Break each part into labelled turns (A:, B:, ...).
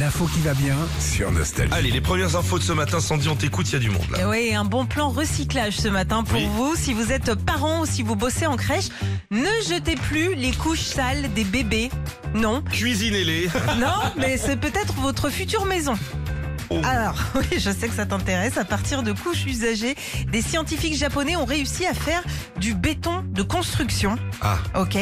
A: L'info qui va bien sur Nostalgie.
B: Allez, les premières infos de ce matin, Sandy, on t'écoute, il y a du monde là.
C: Eh Oui, un bon plan recyclage ce matin pour
B: Oui.
C: vous. Si vous êtes parent ou si vous bossez en crèche, ne jetez plus les couches sales des bébés. Non,
B: Cuisinez-les.
C: non, mais c'est peut-être votre future maison.
B: Oh.
C: Alors, oui, je sais que ça t'intéresse. À partir de couches usagées, des scientifiques japonais ont réussi à faire du béton de construction.
B: Ah,
C: Ok.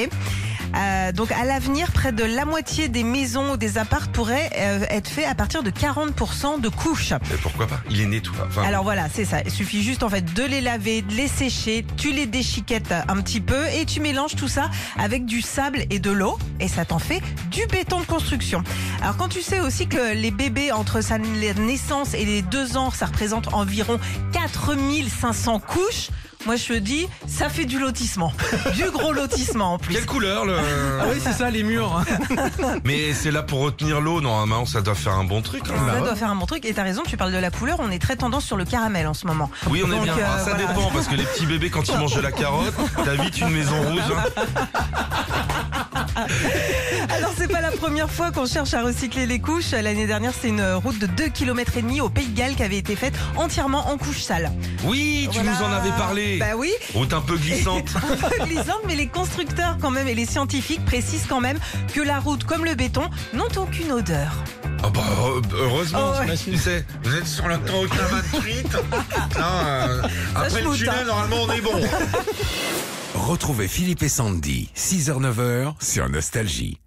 C: Euh, donc à l'avenir, près de la moitié des maisons ou des appartes pourraient euh, être faits à partir de 40% de couches.
B: mais pourquoi pas Il est né tout là. Enfin,
C: Alors voilà, c'est ça. Il suffit juste en fait de les laver, de les sécher, tu les déchiquettes un petit peu et tu mélanges tout ça avec du sable et de l'eau et ça t'en fait du béton de construction. Alors quand tu sais aussi que les bébés entre sa naissance et les deux ans, ça représente environ 4500 couches, moi je dis ça fait du lotissement. du gros lotissement en plus.
B: Quelle couleur le...
A: oui, c'est ça, les murs. hein.
B: Mais c'est là pour retenir l'eau, normalement, ça doit faire un bon truc. hein.
C: Ça doit faire un bon truc et t'as raison, tu parles de la couleur, on est très tendance sur le caramel en ce moment.
B: Oui, on est
C: Donc,
B: bien.
C: euh,
B: Ah, ça
C: voilà.
B: dépend, parce que les petits bébés, quand ils mangent de la carotte, t'as vite une maison rouge. hein.
C: Alors c'est pas la première fois qu'on cherche à recycler les couches. L'année dernière, c'est une route de 2 km et demi au Pays de Galles qui avait été faite entièrement en couches sales.
B: Oui, tu
C: Voilà.
B: nous en avais parlé.
C: Bah oui,
B: Route un peu glissante.
C: un peu glissante, mais les constructeurs quand même et les scientifiques précisent quand même que la route comme le béton n'ont aucune odeur.
B: Ah bah, heu- heureusement,
C: Oh ouais.
B: tu sais, vous êtes sur l'autoroute A28. Putain, euh, après le
C: moute,
B: tunnel,
C: hein.
B: normalement, on est bon.
A: Retrouvez Philippe et Sandy, 6h-9h sur Nostalgie.